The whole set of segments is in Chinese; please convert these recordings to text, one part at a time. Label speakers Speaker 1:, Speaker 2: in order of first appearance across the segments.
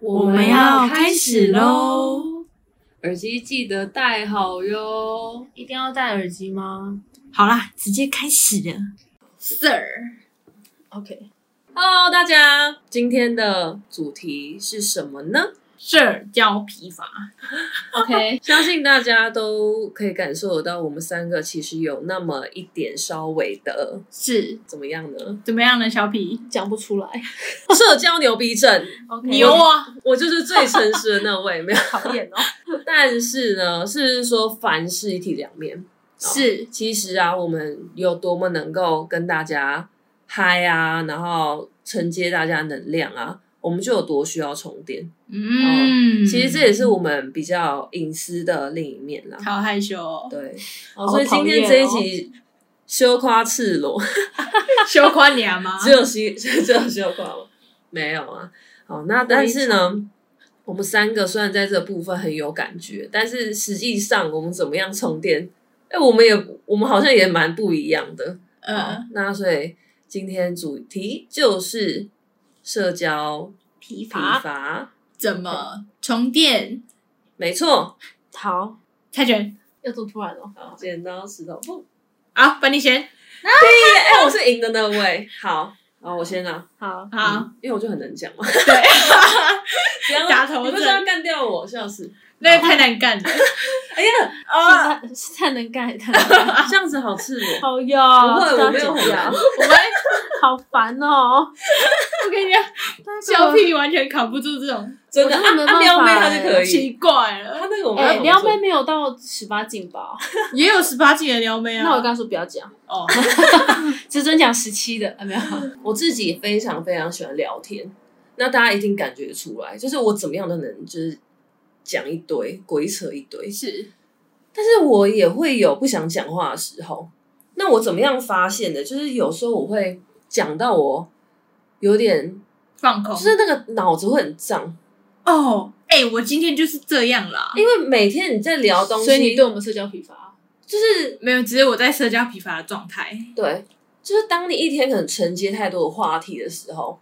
Speaker 1: 我
Speaker 2: 们要开始喽！
Speaker 1: 耳机记得戴好哟。
Speaker 3: 一定要戴耳机吗
Speaker 2: 好啦，直接开始了。
Speaker 3: ？Sir。OK。
Speaker 1: Hello，大家，今天的主题是什么呢？
Speaker 2: 社交疲乏，
Speaker 3: OK。
Speaker 1: 相信大家都可以感受得到，我们三个其实有那么一点稍微的
Speaker 2: 是？
Speaker 1: 怎么样呢
Speaker 2: 怎么样呢？小皮
Speaker 3: 讲不出来。
Speaker 1: 社交牛逼症，
Speaker 3: OK
Speaker 2: 牛啊！
Speaker 1: 我就是最诚实的那位，没有。
Speaker 3: 讨厌哦。
Speaker 1: 但是呢，是说凡事一体两面。
Speaker 2: 是
Speaker 1: 其实啊，我们有多么能够跟大家嗨啊，然后承接大家能量啊，我们就有多需要充电。
Speaker 2: 嗯，
Speaker 1: 其实这也是我们比较隐私的另一面啦。
Speaker 2: 好害羞哦，
Speaker 1: 对，哦、
Speaker 3: 好
Speaker 1: 所以今天
Speaker 3: 讨
Speaker 1: 这一
Speaker 3: 厌哦啊
Speaker 1: 集羞夸赤裸，
Speaker 2: 羞夸你啊 吗？
Speaker 1: 只有羞只有羞夸吗？没有啊。好，那但是呢，我们三个虽然在这部分很有感觉，但是实际上我们怎么样充电？哎、我们也我们好像也蛮不一样的。
Speaker 2: 呃，
Speaker 1: 那所以今天主题就是社交
Speaker 3: 疲
Speaker 1: 疲乏，
Speaker 2: 怎么充电？
Speaker 1: 没错。
Speaker 3: 好，
Speaker 2: 猜拳，
Speaker 3: 要做突然哦。
Speaker 1: 好，剪刀石头布。
Speaker 2: 好，把你先。
Speaker 1: 哎、我是赢的那位。好，好，我先啦。嗯
Speaker 3: 好，
Speaker 2: 好，
Speaker 1: 因为我就很能讲 嘛。
Speaker 2: 对，
Speaker 1: 不要
Speaker 2: 打头
Speaker 1: 你不是
Speaker 2: 阵
Speaker 1: 要干掉我，笑死！
Speaker 2: 那个太难干了。
Speaker 1: 哎呀，
Speaker 2: 啊，
Speaker 3: 是太是太能干，太能干。
Speaker 1: 这样子好赤裸。
Speaker 3: 好哟，
Speaker 1: 不会，我
Speaker 3: 这
Speaker 1: 没有
Speaker 3: 要剪
Speaker 1: 很
Speaker 3: 掉
Speaker 1: 难。
Speaker 2: 我们
Speaker 3: 好烦 哦。
Speaker 2: 我跟你讲，小屁完全扛不住这种，
Speaker 1: 真的，
Speaker 3: 我真的没办法
Speaker 1: 啊撩妹他就可以。
Speaker 2: 奇怪
Speaker 1: 他
Speaker 2: 了。
Speaker 1: 那个我
Speaker 3: 哎，
Speaker 1: 们
Speaker 3: 撩妹，没有到十八禁吧？
Speaker 2: 也有十八禁的撩妹啊。
Speaker 3: 那我刚说不要讲，
Speaker 2: 哦，
Speaker 3: 只准讲十七的，啊 没有。
Speaker 1: 我自己非常非常喜欢聊天。那大家一定感觉出来，就是我怎么样都能就是讲一堆，鬼扯一堆。
Speaker 2: 是
Speaker 1: 但是我也会有不想讲话的时候。那我怎么样发现的？就是有时候我会讲到我有点，
Speaker 2: 放空
Speaker 1: 就。是那个脑子会很胀，
Speaker 2: 哦，哎，我今天就是这样啦。
Speaker 1: 因为每天你在聊东西，
Speaker 3: 所以你对我们社交疲乏，
Speaker 1: 就是
Speaker 2: 没有，只是我在社交疲乏的状态。
Speaker 1: 对，就是当你一天可能承接太多的话题的时候，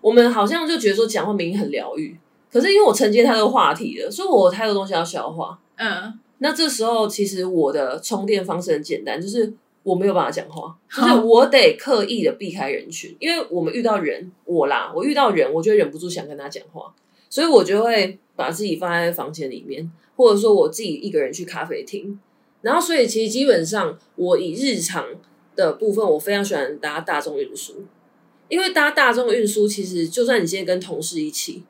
Speaker 1: 我们好像就觉得说讲话明明很疗愈，可是因为我承接太多话题了，所以我有太多东西要消化。
Speaker 2: 嗯，
Speaker 1: 那这时候其实我的充电方式很简单，就是我没有办法讲话，就是我得刻意的避开人群，因为我们遇到人，我啦，我遇到人，我就会忍不住想跟他讲话，所以我就会把自己放在房间里面，或者说我自己一个人去咖啡厅，然后所以其实基本上我以日常的部分，我非常喜欢搭大众运输，因为搭大众运输其实就算你今天跟同事一起。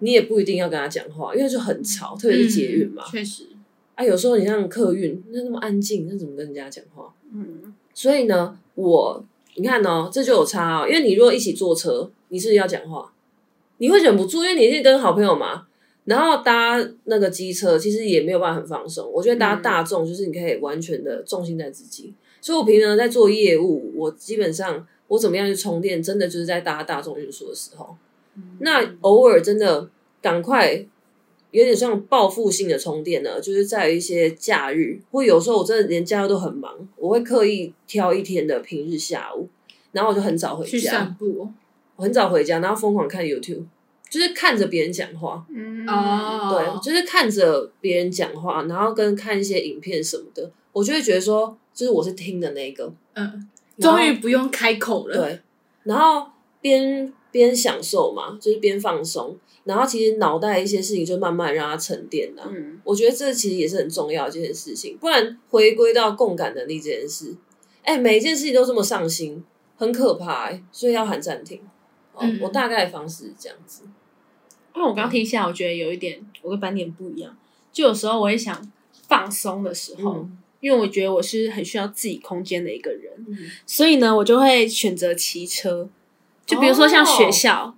Speaker 1: 你也不一定要跟他讲话，因为就很吵，特别是捷运嘛。
Speaker 2: 嗯确实，
Speaker 1: 啊，有时候你像客运，那那么安静，那怎么跟人家讲话？
Speaker 3: 嗯，
Speaker 1: 所以呢，我你看哦，这就有差哦，因为你如果一起坐车，你是不是要讲话，你会忍不住，因为你是跟好朋友嘛。然后搭那个机车，其实也没有办法很放松。我觉得搭
Speaker 3: 嗯
Speaker 1: 大众就是你可以完全的重心在自己。所以我平常在做业务，我基本上我怎么样去充电，真的就是在搭大众运输的时候。那偶尔真的赶快，有点像报复性的充电呢，就是在于一些假日，或有时候我真的连假日都很忙，我会刻意挑一天的平日下午，然后我就很早回
Speaker 2: 去
Speaker 1: 家，
Speaker 2: 散步
Speaker 1: 我很早回家，然后疯狂看 YouTube，就是看着别人讲话，
Speaker 3: 嗯，
Speaker 2: 哦
Speaker 1: 对，，就是看着别人讲话，然后跟看一些影片什么的，我就会觉得说，就是我是听的那一个，
Speaker 2: 嗯，
Speaker 1: 然后
Speaker 2: 终于不用开口了。
Speaker 1: 对，然后边边享受嘛，就是边放松，然后其实脑袋一些事情就慢慢让它沉淀啦、
Speaker 3: 嗯，
Speaker 1: 我觉得这其实也是很重要的一件事情，不然回归到共感能力这件事，哎、每一件事情都这么上心，很可怕、欸，所以要喊暂停。哦
Speaker 2: 嗯
Speaker 1: 我大概的方式是这样子，
Speaker 3: 因为我刚听下来，我觉得有一点我跟斑点不一样，就有时候我会想放松的时候，
Speaker 1: 嗯
Speaker 3: 因为我觉得我是很需要自己空间的一个人，所以呢，我就会选择骑车，就比如说像
Speaker 2: 哦
Speaker 3: 学校。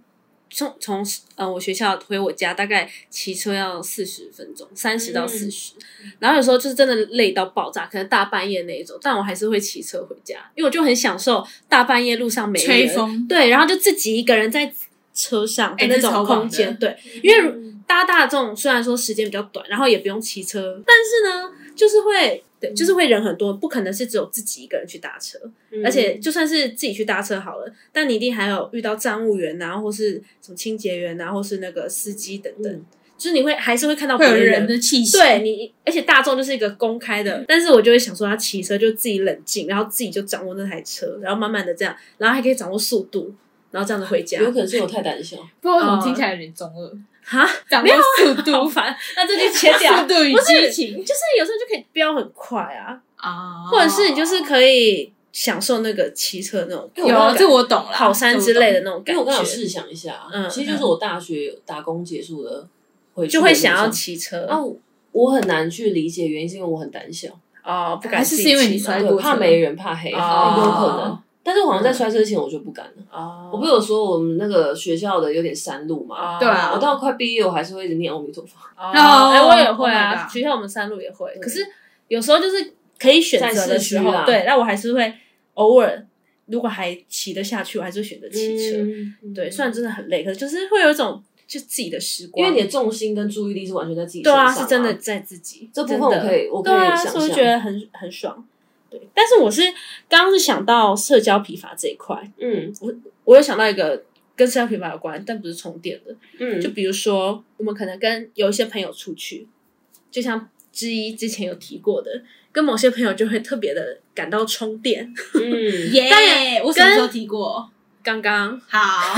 Speaker 3: 从从呃，我学校回我家大概骑车要四十分钟，三十到
Speaker 1: 嗯
Speaker 3: 四十、然后有时候就是真的累到爆炸，可能大半夜那一种，但我还是会骑车回家，因为我就很享受大半夜路上没人
Speaker 2: 吹风
Speaker 3: 对，然后就自己一个人在车上的
Speaker 2: 哎
Speaker 3: 那
Speaker 2: 这超棒
Speaker 3: 种空
Speaker 2: 的
Speaker 3: 间，对，因
Speaker 1: 嗯
Speaker 3: 为搭大众虽然说时间比较短，然后也不用骑车，但是呢，就是会对，就是会人很多，不可能是只有自己一个人去搭车，
Speaker 1: 嗯
Speaker 3: 而且就算是自己去搭车好了，但你一定还有遇到站务员啊，或是什么清洁员啊，或是那个司机等等，
Speaker 1: 嗯
Speaker 3: 就是你会还是会看到
Speaker 2: 会
Speaker 3: 别
Speaker 2: 有
Speaker 3: 人
Speaker 2: 人的气息。
Speaker 3: 对你，而且大众就是一个公开的，但是我就会想说，他骑车就自己冷静，然后自己就掌握那台车，然后慢慢的这样，然后还可以掌握速度，然后这样子回家。
Speaker 1: 有可能是我太胆小，
Speaker 2: 不过我怎么听起来有点中二，
Speaker 3: 哈，
Speaker 2: 掌握速
Speaker 3: 好
Speaker 2: 度，
Speaker 3: 烦，那这就切 掉。
Speaker 2: 速度与
Speaker 3: 不
Speaker 2: 激
Speaker 3: 是
Speaker 2: 情
Speaker 3: 就是有时候就可以飙很快啊，
Speaker 2: 啊，
Speaker 3: 或者是你就是可以享受那个骑车那种
Speaker 1: 因为我刚
Speaker 2: 有啊
Speaker 1: 刚
Speaker 2: 这我懂了，
Speaker 3: 跑山之类的那种
Speaker 1: 因
Speaker 3: 感
Speaker 1: 为我刚刚有
Speaker 3: 觉，
Speaker 1: 试想一下，啊
Speaker 3: 嗯
Speaker 1: 其实就是我大学打工结束的回去的
Speaker 3: 就
Speaker 1: 路上
Speaker 3: 会想要骑车
Speaker 1: 啊，我我很难去理解原因，是因为我很胆小，
Speaker 3: 哦，不敢
Speaker 2: 还是
Speaker 3: 自己
Speaker 2: 是因为
Speaker 3: 骑
Speaker 2: 你
Speaker 3: 吗
Speaker 2: 摔
Speaker 1: 对，
Speaker 2: 过
Speaker 1: 怕
Speaker 2: 车
Speaker 1: 没人，怕黑，有
Speaker 3: 哦
Speaker 1: 可能。但是我好像在摔车前我就不敢了。
Speaker 3: 哦，
Speaker 1: 我不是有说我们那个学校的有点山路嘛？
Speaker 3: 哦
Speaker 2: 对啊
Speaker 1: 我到快毕业，我还是会一直念阿弥陀佛。
Speaker 3: 哦，哎，我也会
Speaker 2: Oh my
Speaker 3: 啊，
Speaker 2: God
Speaker 3: 学校我们山路也会，
Speaker 1: 对
Speaker 3: 可是有时候就是可以选择的时
Speaker 1: 在市区
Speaker 3: 候
Speaker 1: 啦，
Speaker 3: 对，那我还是会偶尔，如果还骑得下去，我还是会选择骑车。
Speaker 1: 嗯
Speaker 3: 对，虽然真的很累，可是就是会有一种就自己的时光，
Speaker 1: 因为你的重心跟注意力是完全在自己身
Speaker 3: 对
Speaker 1: 上、
Speaker 3: 啊，是真的在自己
Speaker 1: 这部分
Speaker 3: 真的
Speaker 1: 我可以我可以
Speaker 3: 对啊，
Speaker 1: 想象
Speaker 3: 所以我觉得很很爽。对，但是我是刚刚是想到社交疲乏这一块，
Speaker 1: 嗯
Speaker 3: 我有想到一个跟社交疲乏有关，但不是重叠的，
Speaker 1: 嗯，
Speaker 3: 就比如说，我们可能跟有一些朋友出去，就像之一之前有提过的，跟某些朋友就会特别的感到充电。
Speaker 1: 嗯，
Speaker 2: 耶
Speaker 3: 当然
Speaker 2: 我什么时候提过？
Speaker 3: 刚刚
Speaker 2: 好，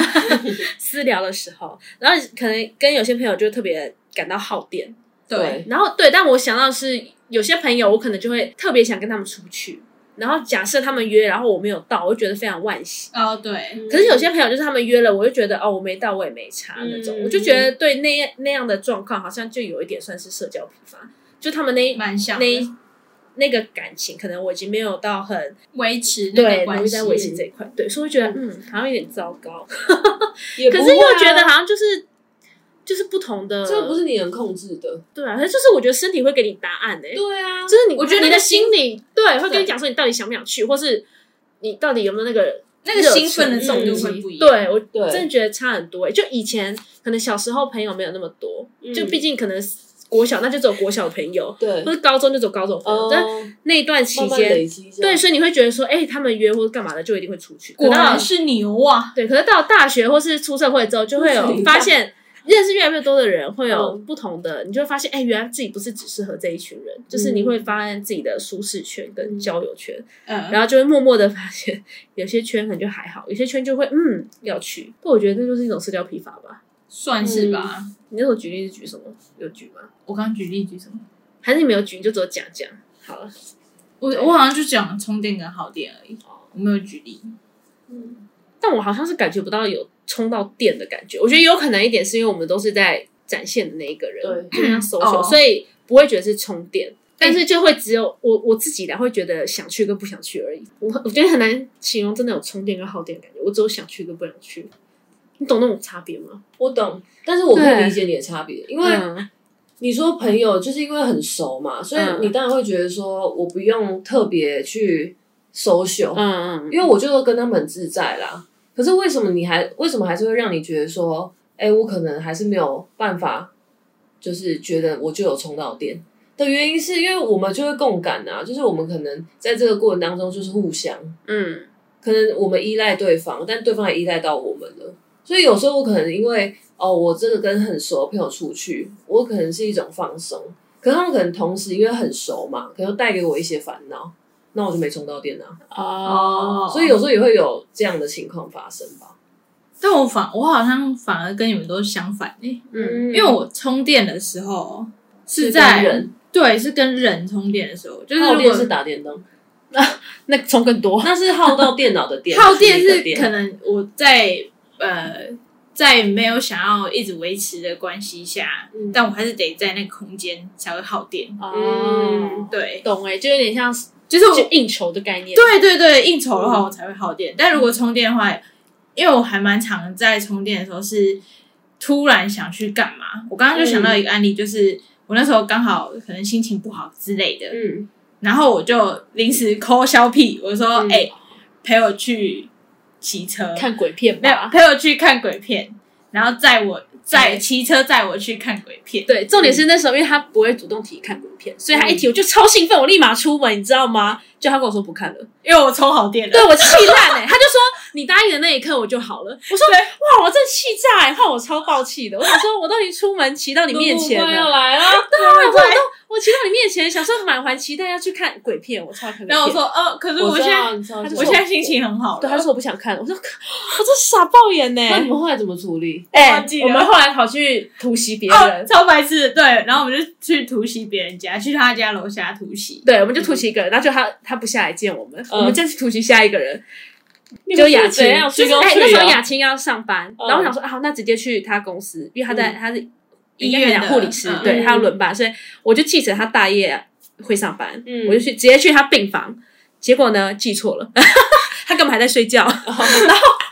Speaker 3: 私聊的时候，然后可能跟有些朋友就特别感到耗电。
Speaker 1: 对，
Speaker 3: 然后对，但我想到的是有些朋友，我可能就会特别想跟他们出去。然后假设他们约，然后我没有到，我就觉得非常惋惜。
Speaker 2: 哦对，
Speaker 3: 可是有些朋友就是他们约了，我就觉得哦，我没到，我也没差那种，
Speaker 1: 嗯
Speaker 3: 我就觉得对那样那样的状况，好像就有一点算是社交疲乏，就他们那
Speaker 2: 蛮像的
Speaker 3: 那一那个感情，可能我已经没有到很
Speaker 2: 维持那
Speaker 3: 对
Speaker 2: 个
Speaker 3: 努
Speaker 2: 关
Speaker 3: 力
Speaker 2: 系
Speaker 3: 在维系这一块，对，所以我觉得嗯，好像有点糟糕，
Speaker 1: 也
Speaker 3: 可
Speaker 1: 不
Speaker 3: 是
Speaker 1: 会
Speaker 3: 又
Speaker 1: 啊
Speaker 3: 觉得好像就是就是不同的，
Speaker 1: 这个不是你能控制的。
Speaker 3: 对啊，可是就是我觉得身体会给你答案哎、
Speaker 1: 对啊，
Speaker 3: 就是你
Speaker 2: 我觉得
Speaker 3: 你
Speaker 2: 那
Speaker 3: 的
Speaker 2: 个
Speaker 3: 心理对会跟
Speaker 2: 对
Speaker 3: 你讲说你到底想不想去，或是你到底有没有那个嗯
Speaker 2: 那个兴奋的程度会不一样。
Speaker 3: 对我
Speaker 1: 对
Speaker 3: 真的觉得差很多、欸。就以前可能小时候朋友没有那么多，
Speaker 1: 嗯
Speaker 3: 就毕竟可能国小那就只有国小的朋友，
Speaker 1: 对
Speaker 3: 或，者高中就只有高中的朋友。
Speaker 1: 哦
Speaker 3: 嗯但那一段期
Speaker 1: 慢慢
Speaker 3: 间，
Speaker 1: 累积这样，
Speaker 3: 对，所以你会觉得说，哎、他们约或者干嘛的，就一定会出去。可
Speaker 2: 果
Speaker 3: 到
Speaker 2: 然是牛啊！
Speaker 3: 对，可是到大学或是出社会之后，就会
Speaker 1: 不是
Speaker 3: 有
Speaker 1: 一样
Speaker 3: 发现。认识越来越多的人，会有
Speaker 1: 嗯
Speaker 3: 不同的，你就会发现，哎、原来自己不是只适合这一群人，就是你会发现自己的舒适圈跟
Speaker 1: 嗯
Speaker 3: 交友圈，
Speaker 2: 嗯，
Speaker 3: 然后就会默默的发现，有些圈可能就还好，有些圈就会嗯要去。但我觉得这就是一种社交疲乏吧。
Speaker 2: 算是吧。
Speaker 3: 你那时候举例是举什么？有举吗？
Speaker 2: 我刚举例举什么？
Speaker 3: 还是你没有举，你就只有讲讲好了。
Speaker 2: 我我好像就讲充电跟耗电而已，我没有举例。
Speaker 1: 嗯
Speaker 3: 但我好像是感觉不到有充到电的感觉。我觉得有可能一点是因为我们都是在展现的那一个人，
Speaker 1: 对
Speaker 3: 就像 social，、
Speaker 2: 哦哎
Speaker 3: 所以不会觉得是充电。但是就会只有我我自己来会觉得想去跟不想去而已。我我觉得很难形容真的有充电跟耗电的感觉。我只有想去跟不想去，你懂那种差别吗？
Speaker 1: 我懂，但是我可以
Speaker 3: 对
Speaker 1: 理解你的差别，因为
Speaker 3: 嗯
Speaker 1: 你说朋友就是因为很熟嘛，所以
Speaker 3: 嗯
Speaker 1: 你当然会觉得说我不用特别去 social，、
Speaker 3: 嗯嗯，
Speaker 1: 因为我就跟他们很自在啦。可是为什么你还为什么还是会让你觉得说，哎、我可能还是没有办法，就是觉得我就有充到电的原因，是因为我们就会共感啊，就是我们可能在这个过程当中就是互相，
Speaker 3: 嗯
Speaker 1: 可能我们依赖对方，但对方也依赖到我们了。所以有时候我可能因为哦，我这个跟很熟的朋友出去，我可能是一种放松，可是他们可能同时因为很熟嘛，可能带给我一些烦恼，那我就没充到电啊。
Speaker 3: 哦
Speaker 1: 所以有时候也会有这样的情况发生吧。
Speaker 2: 但我反我好像反而跟你们都相反诶、
Speaker 3: 嗯
Speaker 2: 因为我充电的时候是
Speaker 1: 是
Speaker 2: 在
Speaker 1: 跟人，
Speaker 2: 对，是跟人充电的时候，就是
Speaker 1: 耗
Speaker 2: 如
Speaker 1: 电是
Speaker 2: 果
Speaker 1: 打电动，
Speaker 3: 那充更多
Speaker 1: 那是耗到电脑的电，
Speaker 2: 耗
Speaker 1: 电
Speaker 2: 电是可能我在呃在没有想要一直维持的关系下，
Speaker 1: 嗯
Speaker 2: 但我还是得在那个空间才会耗电。
Speaker 1: 嗯
Speaker 2: 对，
Speaker 3: 哦懂哎，就有点像
Speaker 2: 就是我
Speaker 3: 就应酬的概念，
Speaker 2: 对对对，应酬的话我才会耗电，但如果充电的话，因为我还蛮常在充电的时候是突然想去干嘛。我刚刚就想到一个案例，就是我那时候刚好可能心情不好之类的，
Speaker 1: 嗯，
Speaker 2: 然后我就临时 call 肖屁，我说：“哎、
Speaker 3: 嗯
Speaker 2: 陪我去骑车，
Speaker 3: 看鬼片
Speaker 2: 没有
Speaker 3: 吧，
Speaker 2: 陪我去看鬼片。”然后在我载骑车载我去看鬼片。
Speaker 3: 对，重点是那时候，因为他不会主动提看鬼片，所以他一提我就超兴奋，我立马出门，你知道吗？就他跟我说不看了，
Speaker 2: 因为我充好电了。
Speaker 3: 对我气烂哎，他就说你答应的那一刻我就好了。我说
Speaker 2: 对
Speaker 3: 哇，我真气炸哎、欸，换我超爆气的。我想说，我都已经出门骑到你面前
Speaker 1: 快要
Speaker 3: 了，
Speaker 1: 来了，
Speaker 3: 对啊，我都我骑到你面前，想说满怀期待要去看鬼片，我超看鬼片。
Speaker 2: 然后我说，呃，可是
Speaker 1: 我
Speaker 2: 现
Speaker 1: 知道
Speaker 2: 在
Speaker 1: 你知道
Speaker 3: 啊他就
Speaker 2: 我
Speaker 1: 我
Speaker 2: 现
Speaker 1: 现
Speaker 2: 在
Speaker 1: 在。
Speaker 2: 心情很好了。哦
Speaker 3: 对，他说我不想看，我说 我这傻爆眼呢、欸
Speaker 1: 那你们后来怎么处 理？
Speaker 3: 哎、
Speaker 2: 忘记了
Speaker 3: 我们后来跑去突袭别人，
Speaker 2: 哦，超白痴的。对，然后我们就去突袭别人家，去他家楼下突袭。
Speaker 3: 对，我们就突袭一个人，然后就他他不下来见我们，
Speaker 1: 嗯
Speaker 3: 我们再去突袭下一个人，
Speaker 1: 你
Speaker 3: 就
Speaker 1: 们
Speaker 3: 雅
Speaker 1: 是
Speaker 3: 青
Speaker 1: 怎样，
Speaker 3: 就
Speaker 1: 去
Speaker 3: 是
Speaker 1: 跟
Speaker 3: 哎、
Speaker 1: 去
Speaker 3: 那时候
Speaker 1: 啊
Speaker 3: 雅青要上班，
Speaker 1: 嗯
Speaker 3: 然后我想说啊，好那直接去他公司，因为他在、
Speaker 1: 嗯
Speaker 3: 他是
Speaker 2: 医
Speaker 3: 应该
Speaker 2: 院的
Speaker 3: 讲护理师，
Speaker 2: 嗯
Speaker 3: 对，
Speaker 1: 嗯
Speaker 3: 他要轮班，所以我就记着他大夜会上班，
Speaker 1: 嗯
Speaker 3: 我就去直接去他病房，结果呢记错了， 他根本还在睡觉，然后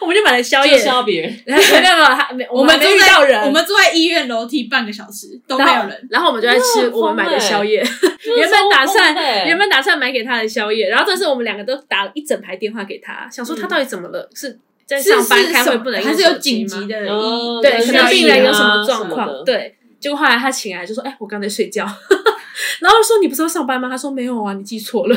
Speaker 3: 我们就买了宵夜
Speaker 1: 就，笑别 人，
Speaker 3: 然后没有没有，他没
Speaker 2: 我
Speaker 3: 们
Speaker 2: 们
Speaker 3: 还
Speaker 2: 住
Speaker 3: 没遇
Speaker 2: 在
Speaker 3: 到人，
Speaker 2: 我们住在医院楼梯半个小时都没有人。
Speaker 3: 然后我们就在吃
Speaker 1: 真的很疯
Speaker 3: 我们买
Speaker 1: 欸
Speaker 3: 的宵夜，原本打算原本打算买给他的宵夜，然后但是我们两个都打了一整排电话给他，想说他
Speaker 1: 嗯
Speaker 3: 到底怎么了？是在
Speaker 2: 是
Speaker 3: 上班
Speaker 2: 是
Speaker 3: 开
Speaker 2: 什
Speaker 3: 会
Speaker 2: 么
Speaker 3: 不能
Speaker 2: 还
Speaker 3: 用
Speaker 2: 是有
Speaker 3: 手
Speaker 2: 紧
Speaker 3: 机
Speaker 2: 急
Speaker 3: 吗？
Speaker 2: 的
Speaker 1: 哦
Speaker 2: 医
Speaker 3: 对，
Speaker 1: 对
Speaker 3: 可
Speaker 1: 需
Speaker 3: 能
Speaker 1: 要
Speaker 3: 病
Speaker 1: 医
Speaker 3: 人
Speaker 1: 疗
Speaker 3: 有什
Speaker 1: 啊
Speaker 3: 么状
Speaker 1: 什么
Speaker 3: 况？
Speaker 1: 的
Speaker 3: 对，结果后来他醒来就说：“哎，我刚才睡觉。” 然后我说：“你不是要上班吗？”他说：“没有啊，你记错 了。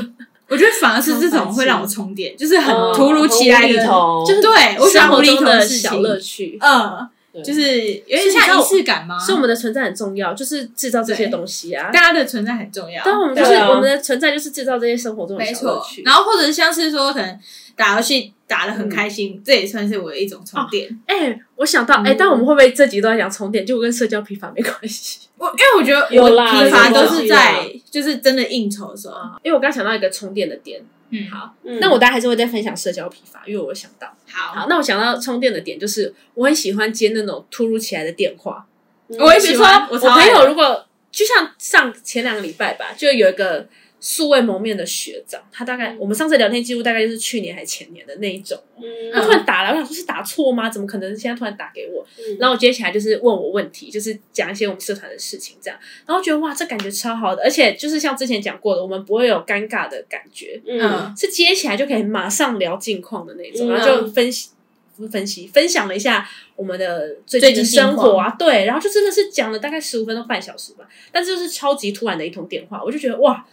Speaker 2: 我觉得反而是这种会让我充电，就是很突如其来的，
Speaker 1: 就
Speaker 2: 就是
Speaker 1: 是
Speaker 2: 对”我喜欢
Speaker 3: 哦生
Speaker 2: 无
Speaker 3: 活
Speaker 2: 厘头
Speaker 3: 中的
Speaker 2: 事
Speaker 3: 小
Speaker 2: 情，
Speaker 3: 乐趣，
Speaker 2: 嗯，就是有点像仪式感吗？
Speaker 3: 所以我们的存在很重要，就是制造这些
Speaker 2: 对
Speaker 3: 东西啊。
Speaker 2: 大家的存在很重要，
Speaker 3: 当然我们就是
Speaker 1: 对啊
Speaker 3: 我们的存在，就是制造这些生活中的
Speaker 2: 没
Speaker 3: 小乐
Speaker 2: 错
Speaker 3: 趣。。
Speaker 2: 然后或者像是说，可能打游戏打的很开心，这也算是我的一种充电。
Speaker 3: 哎、我想到，哎、但我们会不会这集都在讲充电，就跟社交疲乏没关系？
Speaker 2: 我因为我觉得
Speaker 1: 有
Speaker 2: 我
Speaker 1: 啦
Speaker 2: 疲乏
Speaker 1: 有啦
Speaker 2: 都是在就是真的应酬的时候，
Speaker 3: 因为我刚想到一个充电的点，
Speaker 2: 嗯，好，
Speaker 3: 啊好，
Speaker 1: 嗯
Speaker 3: 那我大家还是会再分享社交疲乏，因为我有想到。
Speaker 2: 好，
Speaker 3: 好，那我想到充电的点就是，我很喜欢接那种突如其来的电话。
Speaker 1: 嗯
Speaker 2: 我也
Speaker 3: 比
Speaker 2: 喜
Speaker 3: 如说
Speaker 2: 欢，我
Speaker 3: 我
Speaker 2: 超
Speaker 3: 朋
Speaker 2: 爱
Speaker 3: 友如果就像上前两个礼拜吧，就有一个素未谋面的学长，他大概我们上次聊天记录大概就是去年还前年的那一种，他突
Speaker 1: 嗯，
Speaker 3: 然打来，我想说是打错吗？怎么可能现在突然打给我？然
Speaker 1: 然后
Speaker 3: 后我接起来就是问我问题，就是讲一些我们社团的事情，这样，然后觉得哇，这感觉超好的，而且就是像之前讲过的，我们不会有尴尬的感觉，
Speaker 1: 嗯
Speaker 2: 嗯，
Speaker 3: 是接起来就可以马上聊近况的那
Speaker 1: 嗯
Speaker 3: 种，然后就分析。不是分析分享了一下我们的最近
Speaker 2: 最近
Speaker 3: 的
Speaker 2: 近
Speaker 3: 生活啊，对，然后就真的是讲了大概十五分钟半小时吧，但是就是超级突然的一通电话，我就觉得哇，